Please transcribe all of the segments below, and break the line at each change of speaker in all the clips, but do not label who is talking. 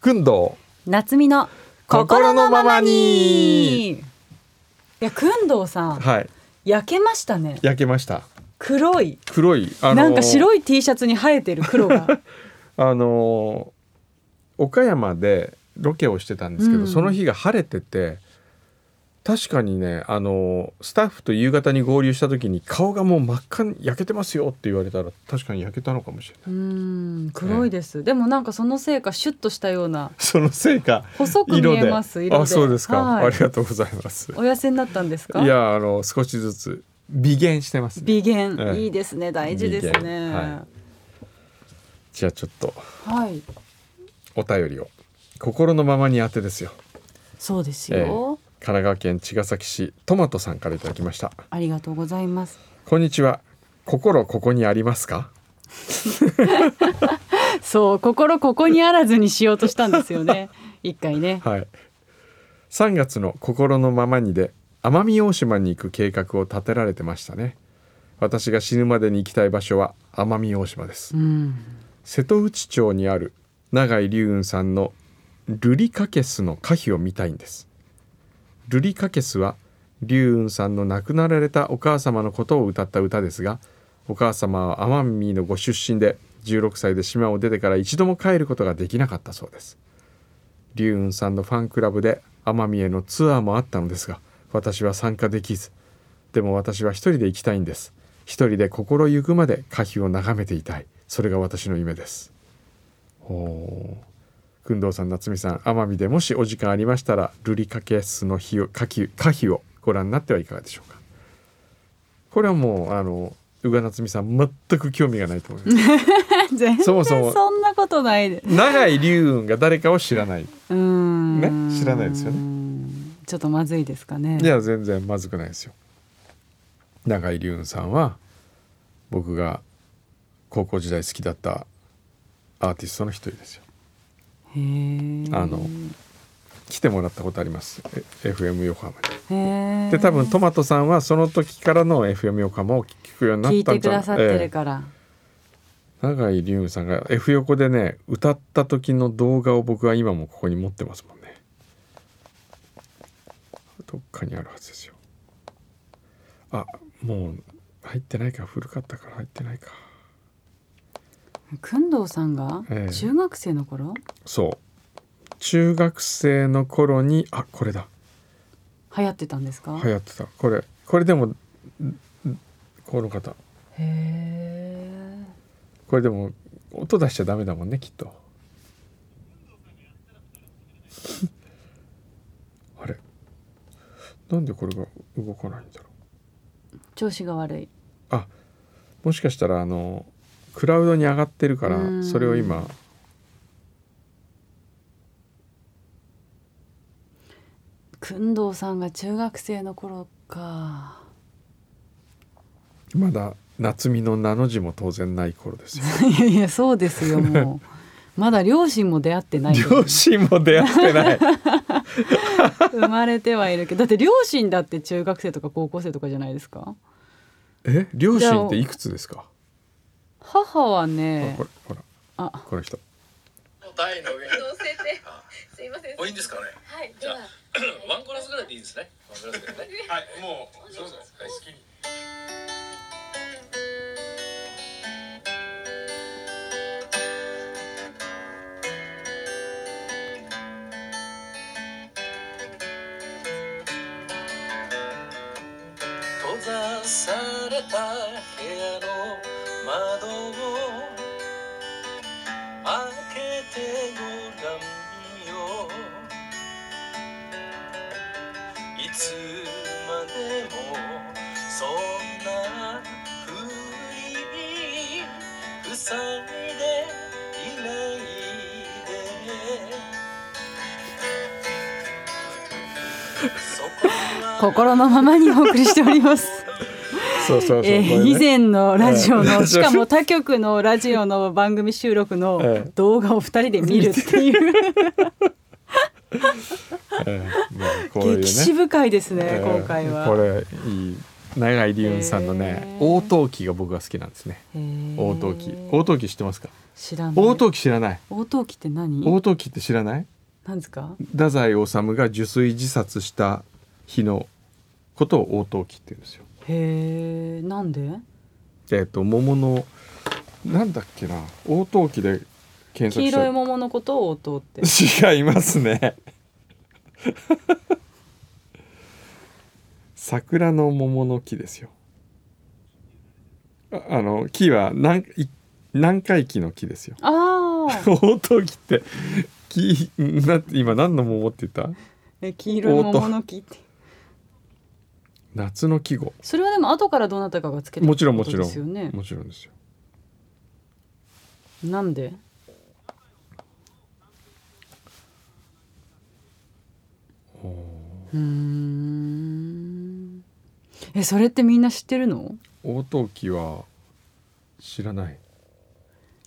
くんど
夏美の心のままにいやくんどうさん
はい
焼けましたね
焼けました
黒い
黒いあの
なんか
い
白い T シャツに生えてる 黒が
あの岡山でロケをしてたんですけど、
うん
その日が晴れてて確かにねあのスタッフと夕方に合流した時に顔がもう真っ赤に焼けてますよって言われたら確かに焼けたのかもしれないう
ーん黒いです、でもなんかそのせいかシュッとしたような
そのせいか
細く見
色
え
で
ます色で
あそうですか、
はい
ありがとうございます
お痩せになったんですか
いやあの少しずつ微減してます、ね、
美減、
ええ
いいですね大事です
美
ね
減は
は
じゃあちょっと
い、
お便りを心のままに当てですよ
そうです
ええ
よ、
神奈川県茅ヶ崎市トマトさんからいただきました
ありがとうございます
こんにちは心ここにありますか
そう心ここにあらずにしようとしたんです よね一回ね
はい3月の心のままにで奄美大島に行く計画を立てられてましたね私が死ぬまでに行きたい場所は奄美大島です
うん
瀬戸内町にある永井龍雲さんのルリカケスの歌碑を見たいんですルリカケスは龍雲さんの亡くなられたお母様のことを歌った歌ですがお母様は奄美のご出身で16歳で島を出てから一度も帰ることができなかったそうです龍雲さんのファンクラブで奄美へのツアーもあったのですが私は参加できずでも私は一人で行きたいんです一人で心ゆくまで歌碑を眺めていたいそれが私の夢ですおくんどうさん夏美さん奄美でもしお時間ありましたらルリカケスの日を歌碑歌碑をご覧になってはいかがでしょうかこれはもうあの宇賀夏美さん全く興味がないと思います
全然
そ
そ
もそも
んなことないで
長井龍雲が誰かを知らないいう
ーん
ね知らないですよ
ねちょっとまずいですかね
や全然まずくないですよ長井龍雲さんは僕が高校時代好きだったアーティストの一人ですよ
へえ
あの来てもらったことありますえ FM 横浜に。
へえ
で多分トマトさんはその時からの FM 横浜を聞くようにな
聞
っ
い
た
て
んじ
く
ゃな
だ
い
さって
え
る
え
から、
永井龍雲さんが F 横でね歌った時の動画を僕は今もここに持ってますもんねどっかにあるはずですよあもう入ってないか古かったから入ってないか
くんどうさんが
ええ
中学生の頃、
そう中学生の頃にあこれだ
流行ってたんですか、
流行ってたこれこれでもんんこの方
へえ
これでも音出しちゃダメだもんねきっと あれなんでこれが動かないんだろ
調子が悪いう
あもしかしたらあのクラウドに上がってるか
うー
ら
ん
それを今
くんどうさんが中学生の頃か
まだ夏美の名の字も当然ない頃ですよ
いやいやそうですよも うまだ両親も出会ってないけど
両親も出会って ない
生まれてはいるけどだって両親だって中学生とか高校生とかじゃないですか
え両親っていくつですか、
母は
あ
ね
これほら
あ
この人
台の上に。
乗せて。すいません。
おいいんですかね。
はい。
じ
で
ゃあ
は、
ワンコラスぐらいでいいですね。ワンコラスぐらいね。はい、もう、そうそう、大好きに。閉ざされた部屋の窓を開けてごらんよいつまでもそんなふうに塞いでいないでそこには
心のままにお送りしており ます
そうそうそう、
え
これ
ー
ね
以前のラジオ
え
の、
え
しかも他局のラジオの番組収録
え
の
え
動画を二人で見るって いう
ええもうこういうね
激渋いですね、
ええ
今回は
これいい永井龍雲さんのね
へー
応答記が僕は好きなんですね応答記応答記知ってますか
知らない
応答記知らない
応答記って何
応答記って知らない
なんですか
太宰治が受水自殺した日のことを応答記って言うんですよ
へえなんで
えっ、と桃のなんだっけな応答記で検索
黄
した
色い桃のことを応 答って
違いますね 桜の桃の木ですよああの木は何い何回木の木ですよ
ああ
応答木って木な今何の桃って言った
え黄色い桃の木って
夏の季語
それはでも後からどなたかがつけた
もちろんもちろん
ことですよね
もちろんですよ
なんでうーんえそれってみんな知って るの
応答記は知らない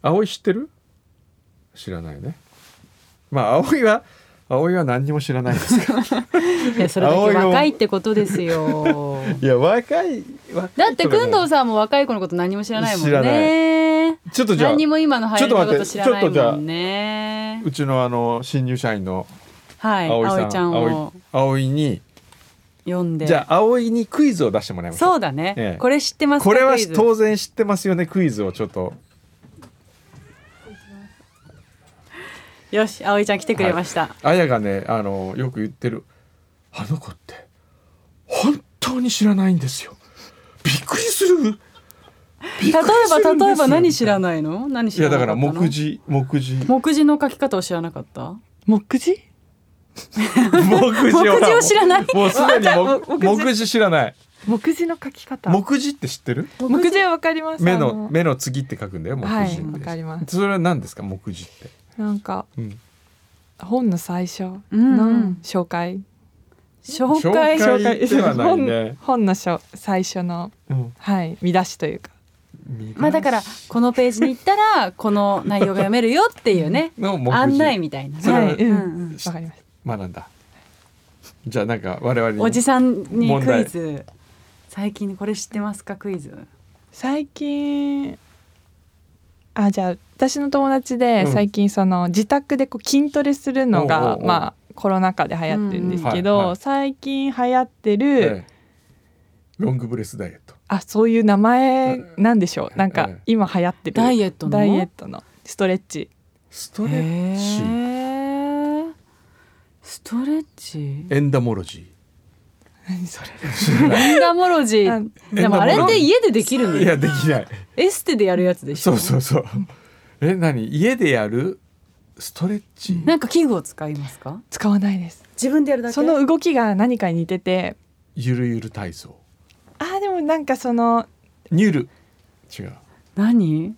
葵知ってる知らないねまあ葵は葵は何にも知らないですから
えそれだけ若いってことですよ
いや若い若い
だって
人でも
工藤さんも若い子のこと何も知らないもん
知ら
ね
ちょっとじゃあ
何にも今の流行りのこと知らな
ちょ
い
っと待ってちょっと
もんね
うちのあの新入社員の
はい
葵さん、
葵ちゃんを
葵葵に
呼んで
じゃあ葵にクイズを出してもらいましょう
そうだね、
ええ
これ知ってますか
これは
クイズ
当然知ってますよねクイズをちょっと
よし葵ちゃん来てくれました、
あやがねあのよく言ってるあの子って本当に知らないんですよびっくりする例
例えば例えば何知らないの何
い
知
や
らな
だか
かった
ら
の
目次目次
目次の書き方を知らなかった
目次
目次
目次を知らない
もうすでに
あ
目
目次
目次知らない
目次の書き方
目次って知ってる
目次はわかります
目
あ
の目の次って書くんだよ目次って、
はいわかります
それは何ですか目次って、
なんか
うん、
本の最初
うん
の紹介、
紹介
紹介ではない
本
ね、
本のしょ最初の
うん
はい見出しというか
まあだからこのページに行ったらこの内容が読めるよっていうね
の目次
案内みたいなね、
それは
はい、うん
うんうん
わかりまし
学んだじゃあなんか我々に
おじさんに
問
クイ
題
ズ最近これ知ってますかクイズ
た最近あじゃあ私の友達で
うん
最近その自宅でこう筋トレするのが、
おうおうおう
まあコロナ禍で流行ってるんですけど、
うんうんはいはい
最近流行ってる、
ええロングブレスダイエット
あそういう名前なんでしょう、なんか
ええ
今流行ってる
ダイエットの
ダイエットのストレッチ
ストレッチ
へえストレッチ
エンダモロジ
何それ
ー知らない
エンダモロジ
あ
ーでもあれって家でできるの
いやできない
エステでやるやつでし
そ
ょ
うそうそうえ何家でやるストレッチ、
なんか器具を使いますか
使わないです
自分でやるだけ
その動きが何かに似てて
ゆるゆる体操
あーでもなんかその
ニュル違う
何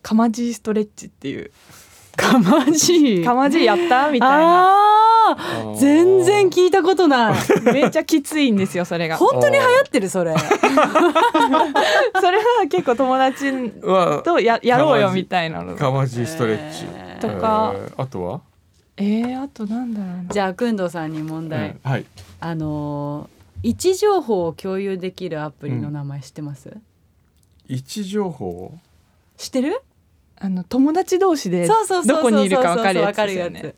かまじいストレッチっていう
かまじい
かまじいやったみたいな
あー
あー
全然聞いたことない
めっちゃきついんですよそれがそ
本当に流行ってるそれ
れは結構友達
は
と ややろうよみたいなの
かまじいストレッチ、
えー
とか
えーあとは、
えー、あとなんだろうな
じゃあくんどうさんに問題、
うんはい
あのー位置情報を共有できるアプリの名前知ってます、
位置情報
知ってる
あの友達同士で
そうそうそうそう
どこにいるか分かるやつ
そうそうそ
です
う
よ
分か
ね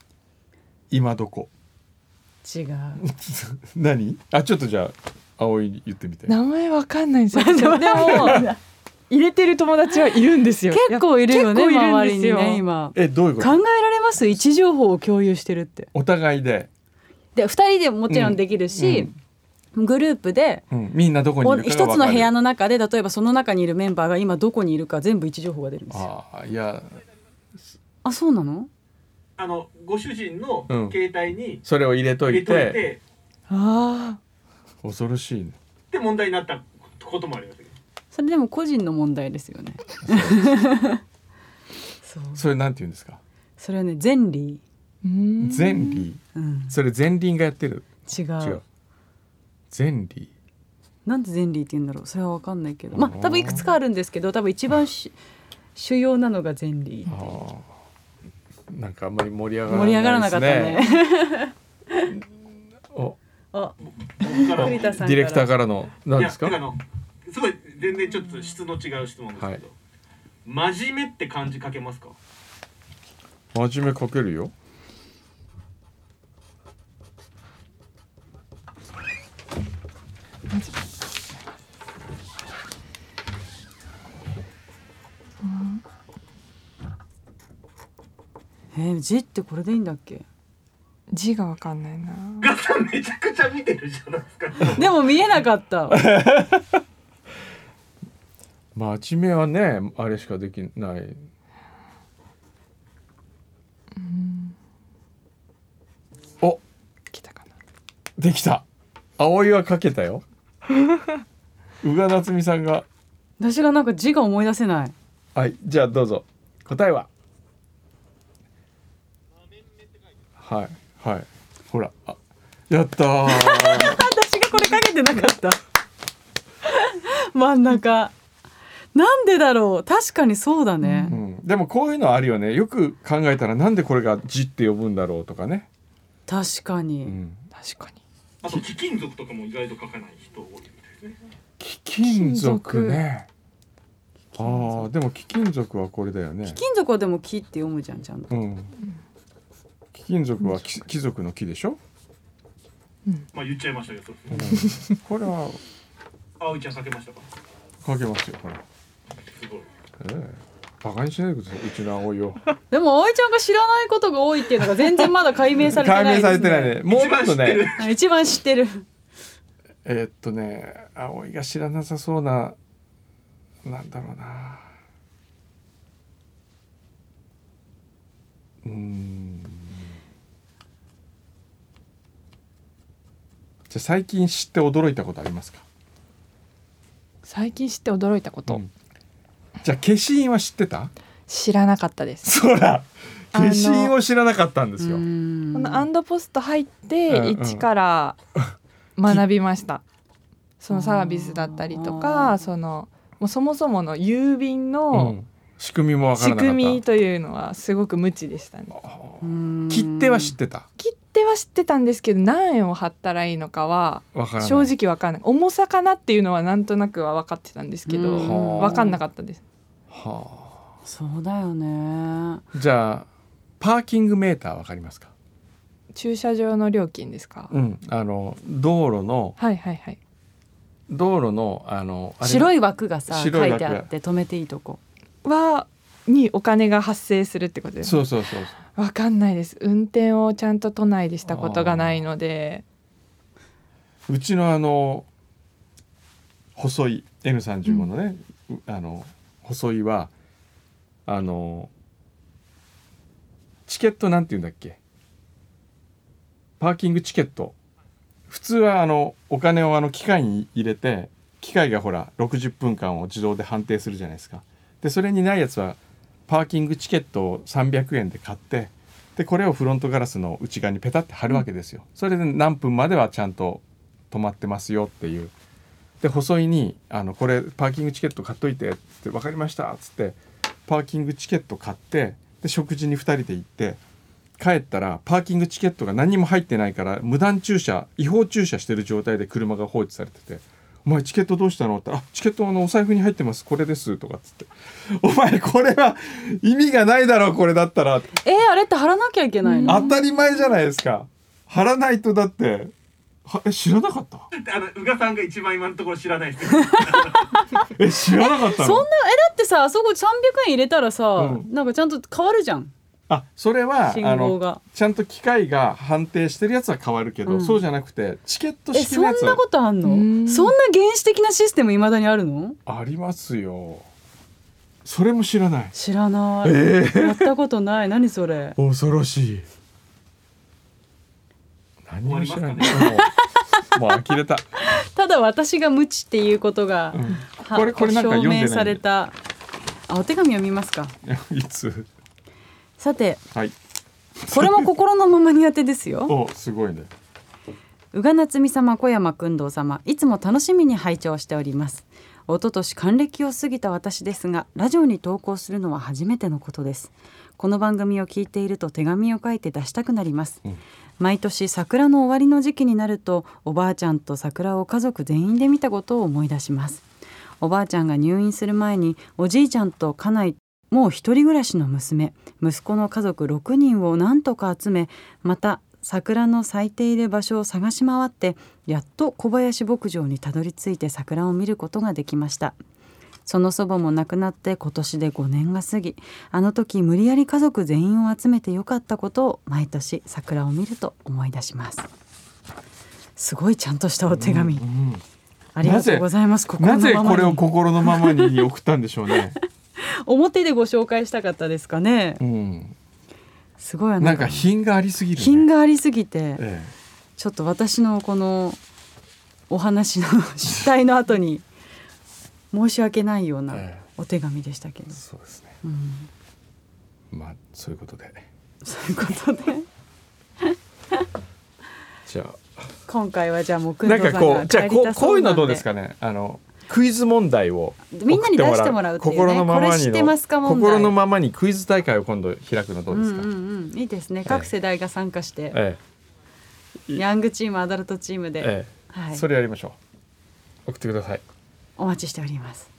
今どこ
るやつ違う
何あちょっとじゃあ葵に言ってみて
名前わかんないんですよでも入れてる友達はいるんですよ
結構いるよね
結構い
周
る
り
ん
に
ですよ
ね今
えどういうこ
考
と
えられます位置情報を共有してるって
お互いで、
で二人でもちろんできるし、グループで
うん、みんなどこにい
お
るか
一
が分
つ
か
の
る
部屋の中で例えばその中にいるメンバーが今どこにいるか全部位置情報が出るんですよ
あーいや
あそうなの
あのご主人の
うん
携帯に
それを入れと
入れ
い
といて、
て
あ
恐ろしいね
で問題になったこともありますけど
それでも個人の問題ですよねそう
それなんて言うんですか
それはね前理、
ーうーん
前輪
うん、
それ前輪がやってる
違う
違う前輪
なんで前理って言うんだろうそれは分かんないけどまあ多分いくつかあるんですけど多分一番し主要なのが前理
あーなんかあんまり盛り上がら
盛り上がらなかったね
お
あ
僕から
栗田さん
ディレクターからの何ですか
いやてあのすごい全然ちょっと質の違う質問ですけど、真面目って漢字書けますか
真面目かけるよ
えー、字ってこれでいいんだっけ
字がわかんないな。
ガさんめちゃくちゃ見てるじゃないですか
でも見えなかった
真面目はねあれしかできないお
来たかな。
できた葵はかけたよ 宇賀夏美さんが
私がなんか字が思い出せない
はいじゃあどうぞ答えははいはいほらあやった ー
私がこれかけてなかった真ん中なんでだろう確かにそうだね、
うん、でもこういうのあるよねよく考えたらなんでこれが「字」って呼ぶんだろうとかね、
確かに、
うん、
確かに。
あと貴金属とかも意外と書かない人多いみたいですね
貴金属ねあーでも貴金属はこれだよね
貴金属はでも木って読むじゃんちゃんと
うん貴金属は貴貴族の木でし ょ、
まあ言っちゃいましたけどそうです
う
ね
ん、これは
葵ちゃん書けましたか
かけますよほら、
すごい
ええ、バカにしないでくださいうちの葵を
でも葵ちゃんが知らないことが多いっていうのが全然まだ解明されてない
解明されてないねもうち
一
ょ
番
っ
知
と
ってる
ね
あ一番知ってる
えーっとね葵が知らなさそうななんだろうなうーんじゃあ最近知って驚いたことありますか、
最近知って驚いたこと。
じゃあ消印は知ってた
知らなかったです。
そら
あの
消印を知らなかったんですよ
こ
の
のアンドポスト入って
うんうん
一から学びました。そのサービスだったりと
あ
か、
ー
そのもうそもそもの郵便
う
の
ん仕組みもわから
仕
なかった
組みというのはすごく無知でしたね。
切手は知ってた
切手は知ってたんですけど何円を貼ったらいいのかは
わからない
正直わかんない重さかなっていうのはなんとなくは分かってたんですけ
う
ど
ん
はあ
分かんなかったです
はあ
そうだよね
じゃあパーキングメーターわかりますか？
駐車場の料金ですか、
うん、あの道路の
はいはいはい
道路のあのあれ
白い枠がさ
白
書
い
い
枠
て
が
あって止めていいとこ
はにお金が発生するってことです
そうそうそうそ
分かんないです運転をちゃんと都内でしたことがないので
う。うちのあの細い N35 のね、うあの細いはあのチケットなんて言うんだっけ？パーキングチケット。普通はあのお金をあの機械に入れて機械がほら60分間を自動で判定するじゃないですかでそれにないやつはパーキングチケットを300円で買ってでこれをフロントガラスの内側にペタって貼るわけですよそれで何分まではちゃんと止まってますよっていうで細井にあの「これパーキングチケット買っといて」っつって「分かりました」っつってパーキングチケット買ってで食事に2人で行って帰ったらパーキングチケットが何にも入ってないから無断駐車違法駐車してる状態で車が放置されてて「お前チケットどうしたの?」って「あチケットあのお財布に入ってますこれです」とかっつって「お前これは意味がないだろこれだったら
えー、あれって貼らなきゃいけないの、
当たり前じゃないですか貼らないとだってはえ知らなかった
あの宇賀さんが一番今のところ知らないですけど
え知らなかった
そんな
の
えだってさあそこ300円入れたらさ、
うん
なんかちゃんと変わるじゃん
あそれは
信
あ
号
の
が
ちゃんと機械が判定してるやつは変わるけど、
うん
そうじゃなくてチケット
え
式
そ
の
ん
やつは
なことあんの
うん
そんな原始的なシステムいまだにあるの
ありますよそれも知らない
知らない、やったことない何それ
恐ろしい何も知らない、
終わります
もうもう呆れた、
ただ私が無知っていうことが
う、ん
は
これこれなんか読んでない
証明されたあお手紙を見ますか
いつ
さて
はい
これも心のままに当てですよ
おすごいね
宇賀夏美様小山君堂様いつも楽しみに拝聴しております一昨年還暦を過ぎた私ですがラジオに投稿するのは初めてのことですこの番組を聞いていると手紙を書いて出したくなります、
うん
毎年桜の終わりの時期になるとおばあちゃんと桜を家族全員で見たことを思い出しますおばあちゃんが入院する前におじいちゃんと家内もう一人暮らしの娘息子の家族6人をなんとか集めまた桜の咲いている場所を探し回ってやっと小林牧場にたどり着いて桜を見ることができましたその祖母も亡くなって今年で5年が過ぎあの時無理やり家族全員を集めてよかったことを毎年桜を見ると思い出しますすごいちゃんとしたお手紙、
うん
ありがとうございます
なぜ
心のままに
これを心のままに送ったんでしょうね。
表でご紹介したかったですかね
うん、
すごいあの
なんか品がありすぎる、ね。
品。がありすぎて
え
ちょっと私のこのお話の 失態の後に申し訳ないような
ええ
お手紙でしたけど
え、、そうですね。
うん、
まあそういうことで、
そういうことで
じゃ
今回はじゃあもう
あ
工
なん
藤さん
かこうじゃあこうこういうのどうです
か
かね。あのクイズ問題を
みんなに出してもらうっていうね
心のままにの
これ知ってますか問題
心のままにクイズ大会を今度開くのどうですか。
んうんうん、いいですね各世代が参加して、
ええ
ヤングチームアダルトチーム
え
で、
ええ
はい、
それやりましょう。送ってください。
お待ちしております